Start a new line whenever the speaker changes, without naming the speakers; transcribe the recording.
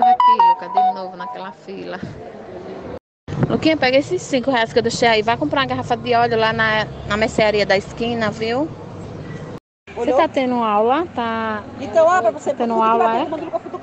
troca de novo naquela fila. Luquinha, pega esses 5 reais que eu deixei aí. Vai comprar uma garrafa de óleo lá na, na mercearia da esquina, viu? Você
Olhou?
tá tendo aula? Tá
Então, ah, pra você
Tá tendo
cutucar,
aula, é?
todo mundo pra cutucar.